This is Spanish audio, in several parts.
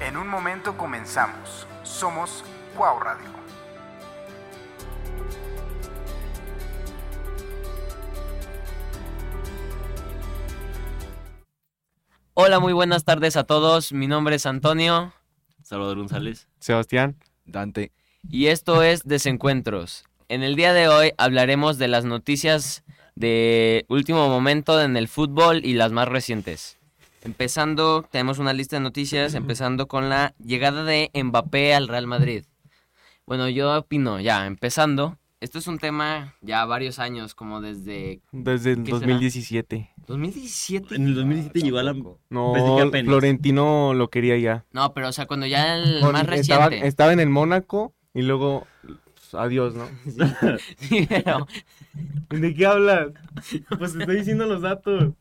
En un momento comenzamos. Somos Cuau Radio. Hola, muy buenas tardes a todos. Mi nombre es Antonio Salvador González. Sebastián. Dante. y esto es Desencuentros. En el día de hoy hablaremos de las noticias de último momento en el fútbol y las más recientes. Empezando, tenemos una lista de noticias, empezando con la llegada de Mbappé al Real Madrid. Bueno, yo opino, ya, empezando, esto es un tema ya varios años, como desde Desde el ¿Qué será? 2017. 2017. En el 2017 llegó a la... Pensé que No, apenas. Florentino lo quería ya. No, pero o sea, cuando ya el Con- más estaba, reciente. estaba en el Mónaco y luego. pues, adiós, ¿no? Sí, pero- ¿De qué hablas? Pues estoy diciendo los datos.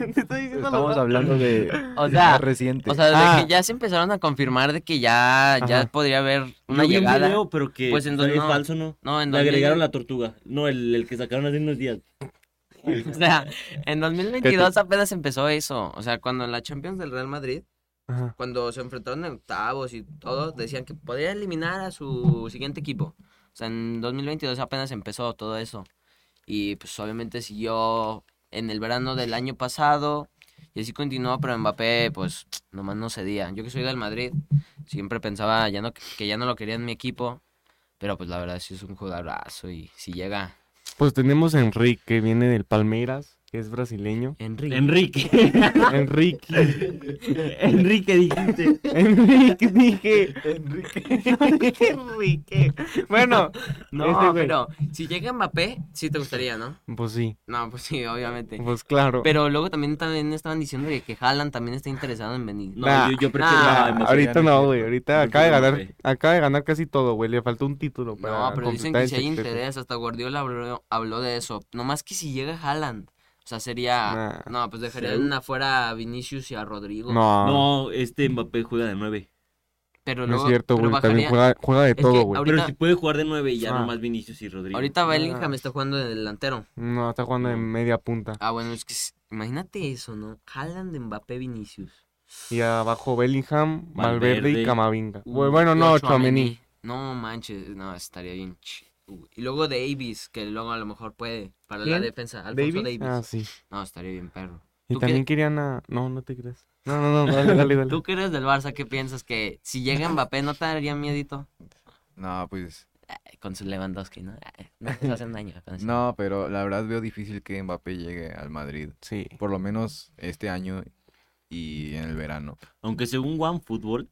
Estamos hablando de, o de más sea, reciente. O sea, desde Ah. que ya se empezaron a confirmar de que ya, ya Ajá. podría haber una Yo vi llegada. Un video, pero que Pues en fue donde no. falso, ¿no? no, en Le 2000 agregaron la tortuga. No, el, el que sacaron hace unos días. O sea, en 2022 apenas empezó eso. O sea, cuando en la Champions del Real Madrid, Ajá. cuando se enfrentaron en octavos y todo, decían que podía eliminar a su siguiente equipo. O sea, en 2022 apenas empezó todo eso. Y pues obviamente siguió en el verano del año pasado. Y así continuó, pero Mbappé, pues, nomás no cedía. Yo que soy del Madrid, siempre pensaba ya no, que ya no lo quería en mi equipo. Pero pues la verdad sí es un jugadorazo y si llega Pues tenemos a Enrique, que viene del Palmeiras, que es brasileño. Enrique. Enrique. Enrique. Enrique, dijiste. Enrique, dije. Enrique. Enrique. Bueno, No, este güey. pero si llega Mbappé, sí te gustaría, ¿no? Pues sí, No, pues sí, obviamente. pues claro. Pero luego también, también estaban diciendo que, que Haaland también está interesado en venir. No, Nah. yo, yo prefiero... Nah, a Mbappé, Ah, ahorita Enrique. no, güey. Ahorita Yo acaba de prefiero a ganar, acaba de ganar casi todo, güey. Le faltó un título. Para No, pero dicen completar que el si hay sexteto. interés, hasta Guardiola habló, habló de eso. Nomás que si llega Haaland, o sea, sería... Nah. No, pues dejaría ¿Seguro? una fuera a Vinicius y a Rodrigo. No, no, No, este Mbappé juega de 9. pero es luego, cierto, pero güey. bajaría- También juega, juega de que todo, güey. Ahorita- Pero si puede jugar de 9 ya Ah. nomás Vinicius y Rodrigo. Ahorita Nah. Bellingham está jugando de delantero. No, está jugando en media punta. Ah, bueno, es que... s- Imagínate eso, ¿no? Haaland, Mbappé, Vinicius. Y abajo Bellingham, Valverde, Valverde. y Camavinga. Uy, Güey, bueno, y no, Tchouaméni. Chomení. No manches, no, estaría bien. ch- Uy, Y luego Davis, que luego a lo mejor puede para la ¿Quién? defensa. Alfonso Davis. Ah, sí. No, estaría bien, perro. Y ¿Tú qué- también querían a... No, no te creas. No, no, no, dale, dale, dale. Tú que eres del Barça, ¿qué piensas? Que si llega Mbappé, ¿no te daría miedito? No, pues. Ay, Con su Lewandowski, ¿no? Ay, No te hacen daño. con eso. No, pero la verdad veo difícil que Mbappé llegue al Madrid. Sí. Por lo menos este año y en el verano. Aunque según One Football,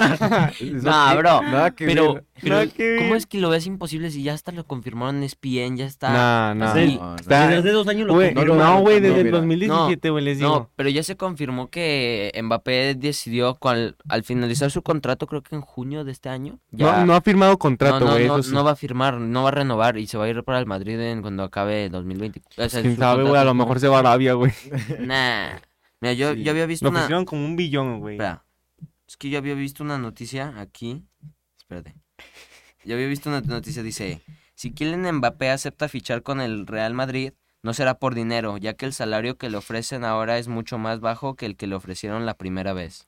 Nah, bro. Nada que Pero, ver. pero, Nada que ¿cómo ver. es que lo ves imposible si ya hasta lo confirmaron en E ESPN, ya está? Nah, nah. Sí. No, no. Está- desde hace dos años lo Güey, confirmaron. no, güey, desde no, el mira. 2017, güey, les digo. No, pero ya se confirmó que Mbappé decidió cual- al finalizar su contrato, creo que en junio de este año. No, Ya, no, ha firmado contrato, no, no, güey, no, eso sí. no va a firmar, no va a renovar y se va a ir para el Madrid en cuando acabe el 2024. O sea, Quién su sabe, güey, a contrato- lo mejor se va a Arabia, güey. Nah. Mira, yo, Sí. yo había visto Lo una. ofrecieron como un billón, güey. Espera. Es que yo había visto una noticia aquí. Espérate. Yo había visto una noticia, dice: Si Kylian Mbappé acepta fichar con el Real Madrid, no será por dinero, ya que el salario que le ofrecen ahora es mucho más bajo que el que le ofrecieron la primera vez.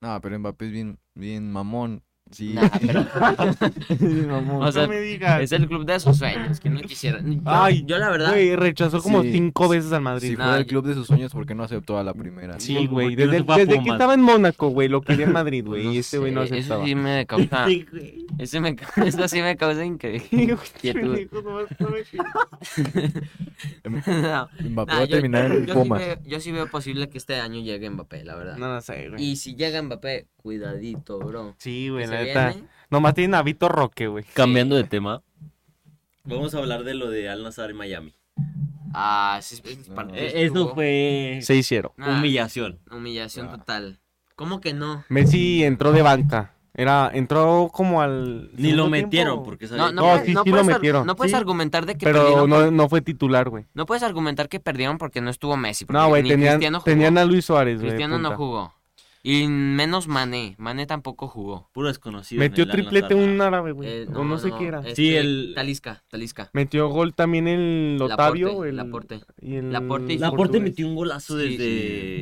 No, pero Mbappé es bien, bien mamón. Sí. Nah, pero O o sea, no me digas. es el club de sus sueños, que no quisiera. Yo- Ay, yo la verdad. Güey, rechazó como Sí. cinco veces al Madrid. Si nah, fuera el yo- club de sus sueños, ¿por qué no aceptó a la primera? Sí, güey. ¿Por qué no Desde, se fue a desde que Pumas? estaba en Mónaco, güey, lo quería en Madrid, güey. Pues no y este güey no sé, aceptaba. Eso sí me causa. Sí, güey. Eso, me, ca- eso sí me causa increíble inquietud. No, Mbappé no, va a Ah, yo- terminar en yo sí Pumas. veo- yo sí veo posible que este año llegue Mbappé, la verdad. No, no sé, güey. Y si llega Mbappé, cuidadito, bro. Sí, güey, Que la se neta. viene. Nomás tienen a Vito Roque, güey. Cambiando de tema, vamos a hablar de lo de Al Nazar en Miami. Ah, sí, es- es No. partido Eh, Eso estuvo. fue Se hicieron. Nah, humillación. Humillación Ah. total. ¿Cómo que no? Messi entró de banca. Era, entró como al. Ni lo segundo tiempo, metieron güey. porque No, sabía no, No, puedes- sí, no sí lo puedes ar- metieron. No puedes Sí. argumentar de que Pero perdieron. no, no fue titular, güey. No puedes argumentar que perdieron porque no estuvo Messi. porque No, güey, ni tenían, Cristiano jugó. tenían a Luis Suárez, güey. de Cristiano no punta. jugó. Y menos Mané. Mané tampoco jugó. Puro desconocido. en Metió el Al triplete Nassr. un árabe, güey. Eh, o no, sé qué era. Sí, el- Talisca, Talisca. Metió gol también el Otavio. Laporte, el... Laporte. Y el... Laporte y- Laporte portugués. metió un golazo Sí, desde,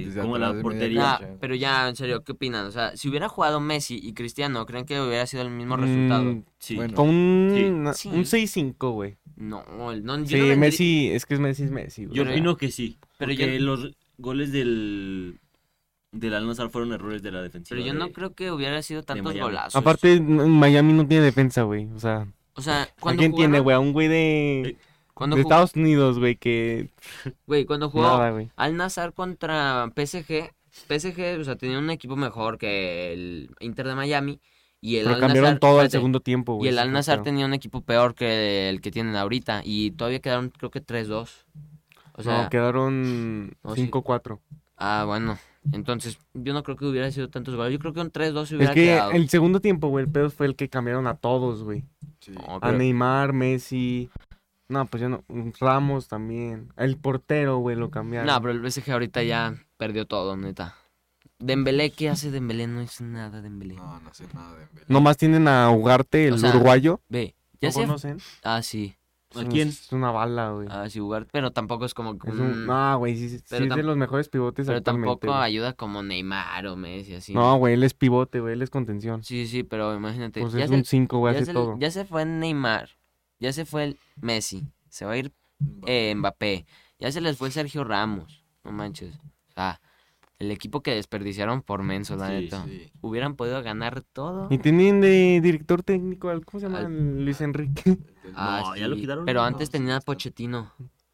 sí, desde como la atrás de media portería. Nah, cancha. pero ya, en serio, ¿qué opinan? O sea, si hubiera jugado Messi y Cristiano, ¿creen que hubiera sido el mismo Mm, resultado? Sí. Bueno. Con un, Sí. una- Sí. un 6-5, güey. No, el- no yo Sí, no vendría- Messi, es que es Messi, es Messi, güey. Yo O sea, opino que sí. Pero Pero yo- los goles del del Al Nassr fueron errores de la defensiva. Pero yo de- no creo que hubiera sido tantos Miami. golazos. Aparte, n- Miami no tiene defensa, güey. O sea, o sea, ¿a cuando ¿quién tiene, jugaron- güey? A un güey de, cuando de jugó- Estados Unidos, güey, que... Güey, cuando jugó Nada, güey. Al Nazar contra PSG, PSG, o sea, tenía un equipo mejor que el Inter de Miami y el Pero Al cambiaron Nassr- todo al espérate, segundo tiempo, Y güey. el sí, Al Nazar claro. tenía un equipo peor que el que tienen ahorita y todavía quedaron creo que 3-2. O sea, no, quedaron No, sí. 5-4. ah, bueno, entonces yo no creo que hubiera sido tantos goles. Yo creo que un 3-2 se Es hubiera que quedado. el segundo tiempo, güey, el pedo fue el que cambiaron a todos, güey. Sí. No, A pero- Neymar, Messi... No, pues ya no. Ramos también. El portero, güey, lo cambiaron. No, pero el PSG ahorita ya perdió todo, neta. Dembélé, ¿qué hace Dembélé? No es nada Dembélé. No, no sé nada de Dembélé. Nomás tienen a Ugarte, el O sea, uruguayo. Ve, ya ¿Lo se... conocen? Ah, sí, ¿A Es- quién? Es una bala, güey. ah, sí, jugar, pero tampoco es como... que Es un... un- No, güey, sí, sí Pero es de tam- los mejores pivotes Pero actualmente. tampoco güey. ayuda como Neymar o Messi, así. No, güey, él es pivote, güey, él es contención. Sí, sí, pero imagínate. Pues ya, es se, un 5, güey, ya hace se- todo. ya se fue Neymar. Ya se fue el Messi. Se va a ir eh, Mbappé. Ya se les fue Sergio Ramos. No manches. O sea, el equipo que desperdiciaron por Menso, la Sí, neta. Sí. Hubieran podido ganar todo. Y tienen de director técnico al, ¿cómo se llama? Al- Al Luis Enrique. Ah, Pues No, ya lo quitaron, Pero ¿no? antes Sí, tenía a está. Pochettino.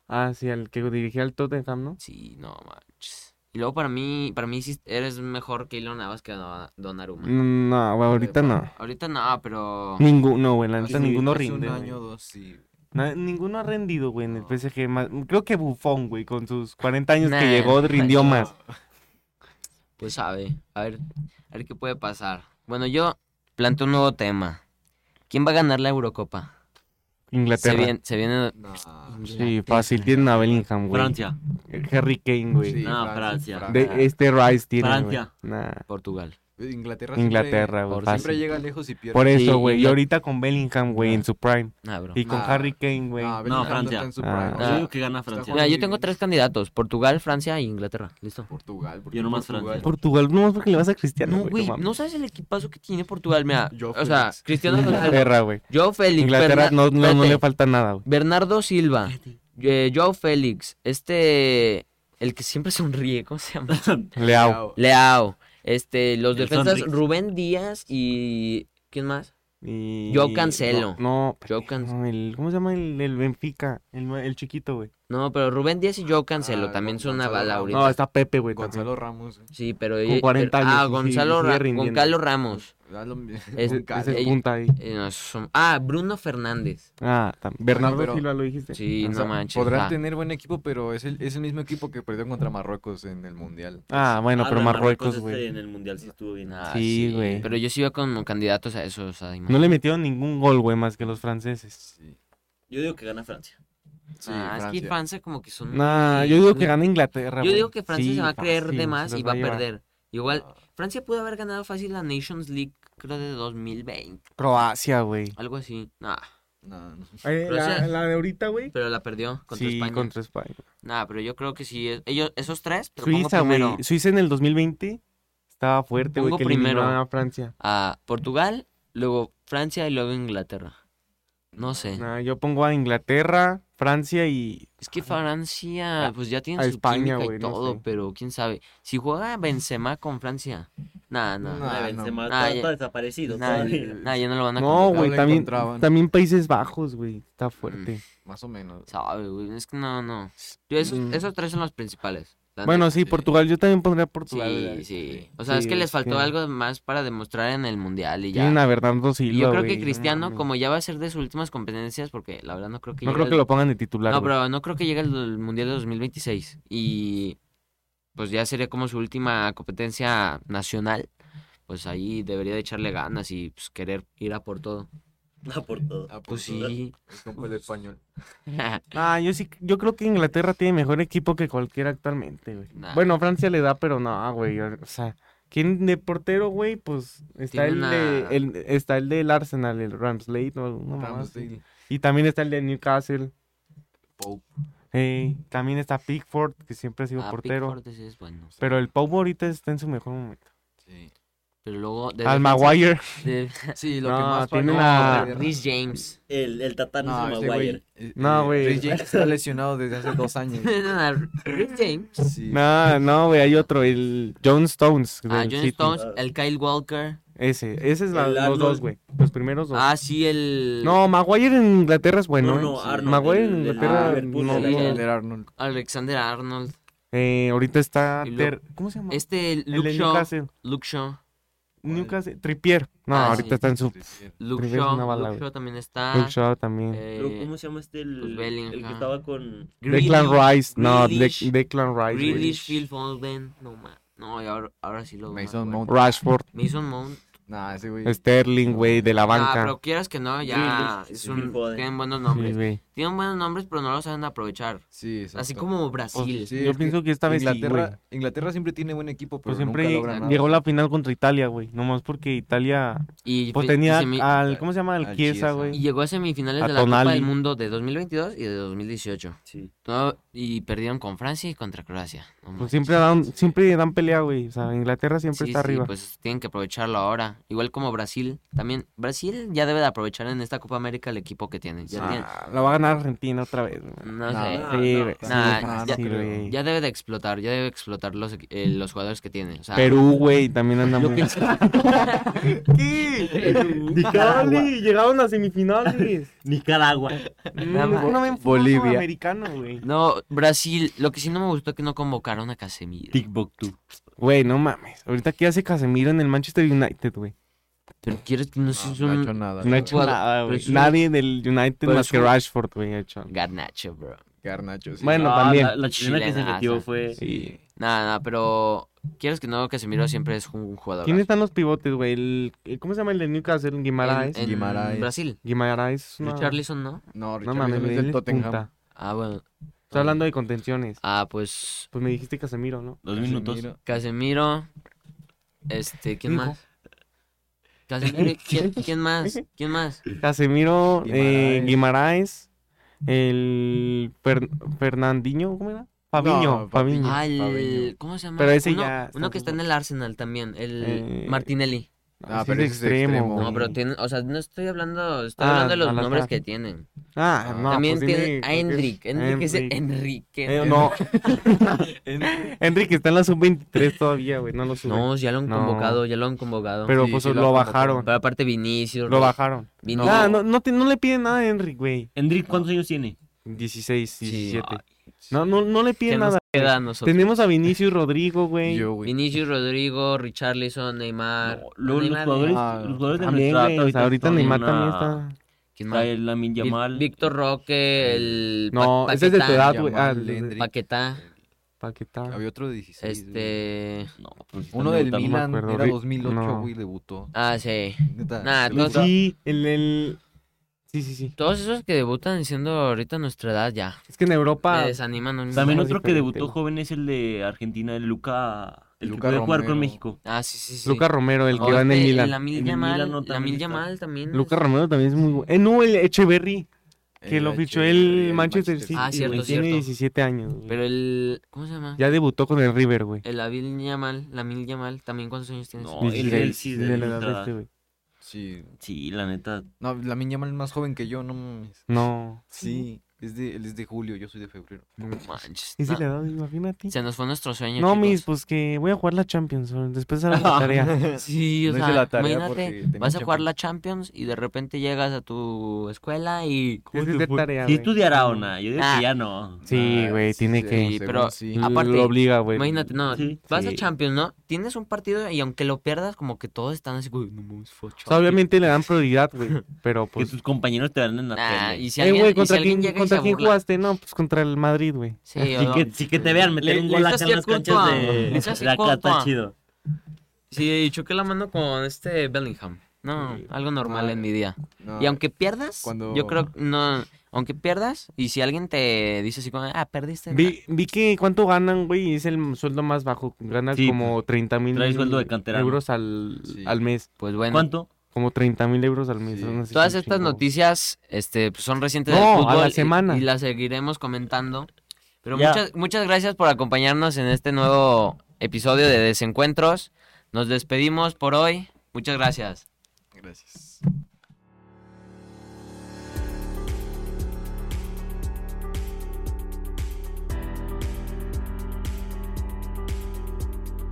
Ah, sí, al que dirigía al Tottenham, ¿no? Sí, no manches. Y luego para mí, para mí sí eres mejor que Ilon Navas que Don- Donnarumma. Mm, No, güey, ahorita no. Ahorita no, pero... Ninguno, güey, la pues Hace- neta, ninguno hace rinde. Un güey. año o dos, sí. Na- ninguno ha rendido, güey, en el No. PSG. Más... Creo que Bufón, güey, con sus 40 años Nah, que llegó, no rindió manches. más. Pues sabe, a ver, a ver qué puede pasar. Bueno, yo planteo un nuevo tema. ¿Quién va a ganar la Eurocopa? Se Inglaterra. viene, se viene No. Sí, fácil. Tienen a Bellingham, güey. Francia. Harry Kane, güey. Sí, No, Francia. De este Rice tiene. güey. Francia. Nah. Portugal. Inglaterra, Inglaterra, siempre, güey. por siempre fácil. llega lejos y pierde. Por eso, güey. y Ingl- ahorita con Bellingham, güey, en su prime. Ah, bro. Y con Nah. Harry Kane, güey. No, Bellingham Francia. está en su Ah. prime. Ah. Yo digo que gana Francia. Mira, yo tengo tres candidatos. Portugal, Francia e Inglaterra. ¿Listo? Portugal. Yo nomás Portugal. Francia. Portugal, no es porque le vas a Cristiano, No, güey, mames. no sabes el equipazo que tiene Portugal. Mira, Mm, Yo, o sea, Félix. Cristiano Ronaldo, Inglaterra, güey. Joao Félix. Inglaterra Berna- no, no, no espérate, le falta nada, güey. Bernardo Silva, eh, Joao Félix, este... El que siempre sonríe, ¿cómo se llama? Leao. Leao. Este, los El defensas Sonrix. Rubén Díaz y. ¿Quién más? Y... Yo cancelo. No, no, Yo pendejo, cancelo. el- ¿Cómo se llama el, el Benfica? El, nue- el chiquito, güey. No, pero Rubén Díaz y yo cancelo. Ah, también Gon- son una Gonzalo bala Ramos. ahorita. No, está Pepe, güey. también. Gonzalo Ramos. güey. Sí, pero. Con 40 años, Ah, sí, Gonzalo sigue Ra- rindiendo. Goncalo Ramos. Da lo mi- Es- con cara. Ese eh, punta ahí. Eh, no, esos son- Ah, Bruno Fernández. Ah, tam- Bernardo pero- Silva lo dijiste. Sí, O no sea, manches. Podrá ah. tener buen equipo, pero es el, es el mismo equipo que perdió contra Marruecos en el Mundial. Ah, bueno, pero Marruecos, güey. En el Mundial sí estuvo bien. Ah, Sí, güey. Pero yo sigo con candidatos a esos. a No le metieron ningún gol, güey, más que los franceses. Sí. Yo digo que gana Francia. Sí, ah, es que Francia. Francia como que son. Nah, sí, yo digo muy- que gana Inglaterra. Yo güey. digo que Francia Sí, se va a creer fácil, de se más los y va a llevar. perder. Igual, Ah. Francia pudo haber ganado fácil la Nations League, creo de 2020. Croacia, güey. Algo así. Nah, No, no. Croacia- Eh, la, la de ahorita, güey. pero la perdió contra sí, España. contra España. Nah, pero yo creo que sí. es- Ellos, esos tres, pero pongo Suiza, primero güey. Suiza en el 2020 estaba fuerte, güey, Pongo que eliminó primero. a Francia. a Portugal, luego Francia y luego Inglaterra. No sé. Nah, yo pongo a Inglaterra, Francia y... Es que Francia, pues ya tiene a su España, química y güey, no todo, sé. pero quién sabe. Si juega Benzema con Francia, nah, nah, Nah, nah, no. Benzema Ah, ya- está desaparecido. nah, todavía. nah, ya no lo van a No, convocar. güey, lo también, encontraban. también Países Bajos, güey. Está fuerte. Más o menos. Sabe, güey, es que no, no. Yo esos, Mm. esos tres son los principales. la Bueno, sí, sí. Portugal. Yo también pondría a Sí, Portugal. güey. sí. sí. O sea, es Sí, que les es faltó que- algo más para demostrar en el mundial y ya. Tienen a Bernardo Y Silva, yo creo güey, que no Cristiano, mames. como ya va a ser de sus últimas competencias, porque la verdad no creo que No llegue creo al- que lo pongan de titular, No, güey. pero no creo que llegue al al mundial de 2026 y pues ya sería como su última competencia nacional. Pues ahí debería de echarle ganas y pues, querer ir a por todo. Nah, por todo. Ah, Pues sí. Es como el español. Ah, yo sí, yo creo que Inglaterra tiene mejor equipo que cualquiera actualmente, güey. Nah. Bueno, Francia le da, pero no, güey. O sea, ¿Quién de portero, güey? Pues está Tiene el, de, una- el- está el del Arsenal, el Ramsley, no, no mamá así. Ramsdale, Y también está el de Newcastle. Pope. Ey, también está Pickford, que siempre ha sido Ah, portero. Pickford ese es bueno. Pero el Pope ahorita está en su mejor momento. Sí. Pero luego. de defensa- Al Maguire. de- Sí, lo No, que más tiene falló- una- No, Rhys James. El, el Tatán es No, ese un güey. Maguire. eh, No, eh, güey. Ray James está lesionado desde hace dos años. Rhys James. Sí. No, no, güey, hay otro, el John Stones. Ah, del John City. Stones. El Kyle Walker. Ese, ese es la- El los Arnold. dos, güey. Los primeros dos. Ah, sí, el. no, Maguire en Inglaterra es bueno. No, no, ¿eh? Arnold, el- Maguire el en Ah, Inglaterra. Liverpool, no, el- no. El de Arnold. Alexander Arnold. Eh, ahorita está. Y lo- Ter- ¿Cómo se llama? Este, el Luke de Shaw. Newcastle. Luke Shaw. Newcastle. Tripier. No, Ah, ahorita sí. está en su. Luke Primero es Shaw. una bala, Luke güey. Shaw también está. Luke Shaw también. eh, Pero, ¿Cómo se llama este? pues, El, el Bellingham. que estaba con. Declan Grealish, Rice. No, De- Grealish, Declan Rice. güey. Grealish, Phil Foden. No, ma. No, y ahora, ahora sí lo me Mason acuerdo. Mount. Rashford. Mason Mount. Nah, ese güey. Sterling, güey, de la Ah, banca. pero quieras que no, ya. Grealish, es Phil un- Foden. tienen buenos Sí, nombres. güey. tienen buenos nombres, pero no los saben aprovechar. Sí, exacto. Así como Pues, Brasil. Sí, Yo es que pienso que esta vez sí, Inglaterra, güey. Inglaterra siempre tiene buen equipo, Pues pero siempre nunca logra nada. llegó la final contra Italia, güey. Nomás porque Italia. Y, Pues fe- y tenía semi- al. ¿Cómo se llama? Al al Chiesa, Chiesa. y güey. llegó a semifinales a de la Copa Tonali. del Mundo de 2022 y de 2018. Sí. No, y perdieron con Francia y contra Croacia. No Pues manches. siempre dan, siempre dan pelea, güey. O sea, Inglaterra siempre Sí, está sí, arriba. Pues tienen que aprovecharlo ahora. Igual como Brasil. También Brasil ya debe de aprovechar en esta Copa América el equipo que tiene. Ya, tiene- Ah, la va a ganar Argentina otra vez, güey. no nah, sé. nah, Sí, no, güey. no, nah, sí, ya- güey. Ya debe de explotar, ya debe explotar los, equi- eh, los jugadores que tiene. O sea, Perú, güey, también anda muy... llegaron a semifinales. Nicaragua. Nada más. no me Bolivia. americano, güey. No, Brasil, lo que sí no me gustó es que no convocaron a Casemiro. Timbuktu. Güey, no mames. Ahorita qué hace Casemiro en el Manchester United, güey. Pero quieres que no No, seas no ha Pues, un hecho nada. No ha hecho Jugador- nada, pero güey. es un- Nadie del United pero más es que un- Rashford, güey, ha hecho. algo. garnacho, bro. Garnacho, sí. Bueno, No, también. La, la chilena que se Chilenaza. metió fue. Sí. Nada, nada, pero quieres que no, Casemiro siempre es un jugador. ¿Quién están los pivotes, güey? El- el- ¿Cómo se llama el de Newcastle? Guimaraes. En, en Guimaraes. Brasil. Guimaraes. es una- Richarlison, ¿no? No, No Richard mames, es él del es Tottenham. punta. Ah, bueno. Estoy hablando de contenciones. Ah, pues Pues me dijiste Casemiro, ¿no? Dos minutos. Casemiro. Casemiro. Este, ¿quién Hijo. más? Casemiro, ¿quién, quién más? ¿Quién más? Casemiro, eh, Guimaraes. Guimaraes, el Fer- Fernandinho, ¿cómo era? Fabiño, No, Fabiño. Ah, el- Fabiño. ¿Cómo se llama? Pero ese uno, ya está uno que está en el Arsenal también, el Eh, Martinelli. Ah, Ese pero es ese es extremo. güey. No, pero tiene, o sea, no estoy hablando, estoy Ah, hablando de los al azar. nombres que tienen. Ah, no, también pues tiene dime, a Enric, Enrique. Enric es el- Enrique. Enrique. Eh, no, Enrique está en la sub-23 todavía, güey, no lo suben. No, ya lo han No. convocado, ya lo han convocado. pero sí, pues sí lo lo convocaron. bajaron, Pero aparte Vinicius, lo Ro- bajaron. Vinicius. Ah, no, no, te- no le piden nada a Enrique, güey. Endrick, ¿cuántos años tiene? 16, Sí, 17. ay, no, no, no le ¿Qué piden nos nada. queda a nosotros? Tenemos a Vinicius Rodrigo, Y güey. Yo, güey. Vinicius, Rodrigo, Richarlison, Neymar. Ah, No, luego los Neymar, jugadores, Ah, los jugadores de También, nuestra güey, o sea, ahorita están en Neymar una- también está... ¿quién más? Está el Lamin Vic- Yamal. Víctor Roque, el No, Pa- ese es de tu Paquetá, edad, güey. Yamal, Ah, el de- Endrick. Paquetá, Paquetá. Había otro de 16. güey. este... No, pues, pero sí Uno están del debutando. Milan, acuerdo, era Ri- 2008, no. güey, debutó. Ah, sí. Neta, Nah, se no, lo- no. Sí, el, el- Sí, sí, sí. Todos esos que debutan siendo ahorita nuestra edad ya. Es que en Europa... Me desaniman. un- También Somos otro que diferentes, debutó güey. joven es el de Argentina, el Luca. El Luca que puede jugar Romero. con México. Ah, sí, sí, este, sí. Lucas Romero, el que va en el Milan. La Mil En el Yamal, Milan no, la también Mil está. Yamal también. Lucas Romero también es muy bueno. Eh, no, el Echeverry, que Eh, lo fichó Echeverry, el Manchester City. Ah, cierto, güey, Tiene cierto. 17 años, güey. Pero el... ¿Cómo se llama? Ya debutó con el River, güey. El Avil Yamal, la Mil Yamal, también cuántos años tienes. No, el del sí, de la edad de nuestra- este, güey. Sí. Sí, la neta. No, la mía es más joven que yo, no mames. No. Sí, es de, él es de julio, yo soy de febrero. Manches, Es no. de la edad, imagínate. Se nos fue nuestro sueño. No, chicos. mis, pues que voy a jugar la Champions. güey. Después haré la tarea. Sí, o No hice sea, la tarea porque imagínate, tenía vas a jugar Champions. la Champions y de repente llegas a tu escuela y... Es de tarea, Si güey. estudiará o no, yo digo Ah. que ya no. Sí, Ah, güey, sí, tiene sí, que... según pero- sí. Ah, aparte, lo obliga, güey. Imagínate, no, Sí. vas a Sí. Champions, ¿no? Tienes un partido y aunque lo pierdas, como que todos están así, güey, no mames, fue O sea, Champions. obviamente le dan prioridad, güey. Pero Que pues... tus compañeros te dan en la Nah, tele. y si Eh, alguien, güey, y si ¿contra alguien quién, llega y contra se quién burla- jugaste? No, pues contra el Madrid, güey. Sí, Sí, o no. que, sí que te vean meter Le- un le gol hizo acá en las hacer canchas Courtois, de, le hizo hacer de acá, está Courtois. chido. Sí, choqué la mano con este Bellingham. No, Sí. algo normal Ah, en mi día. No, Y aunque pierdas, cuando- yo creo no, aunque pierdas y si alguien te dice así como, ah, perdiste. Vi, vi que cuánto ganan, güey, y es el sueldo más bajo. Ganan Sí, pues, como 30 mil trae sueldo de canterano. euros al, Sí. al mes. Pues bueno, ¿Cuánto? Como 30 mil euros al mes. Sí. son así todas un estas chingo. noticias este pues, son recientes No, a del la fútbol y- semana. y, las seguiremos comentando. Pero Ya. muchas muchas gracias por acompañarnos en este nuevo episodio de Desencuentros. Nos despedimos por hoy. Muchas gracias. Gracias.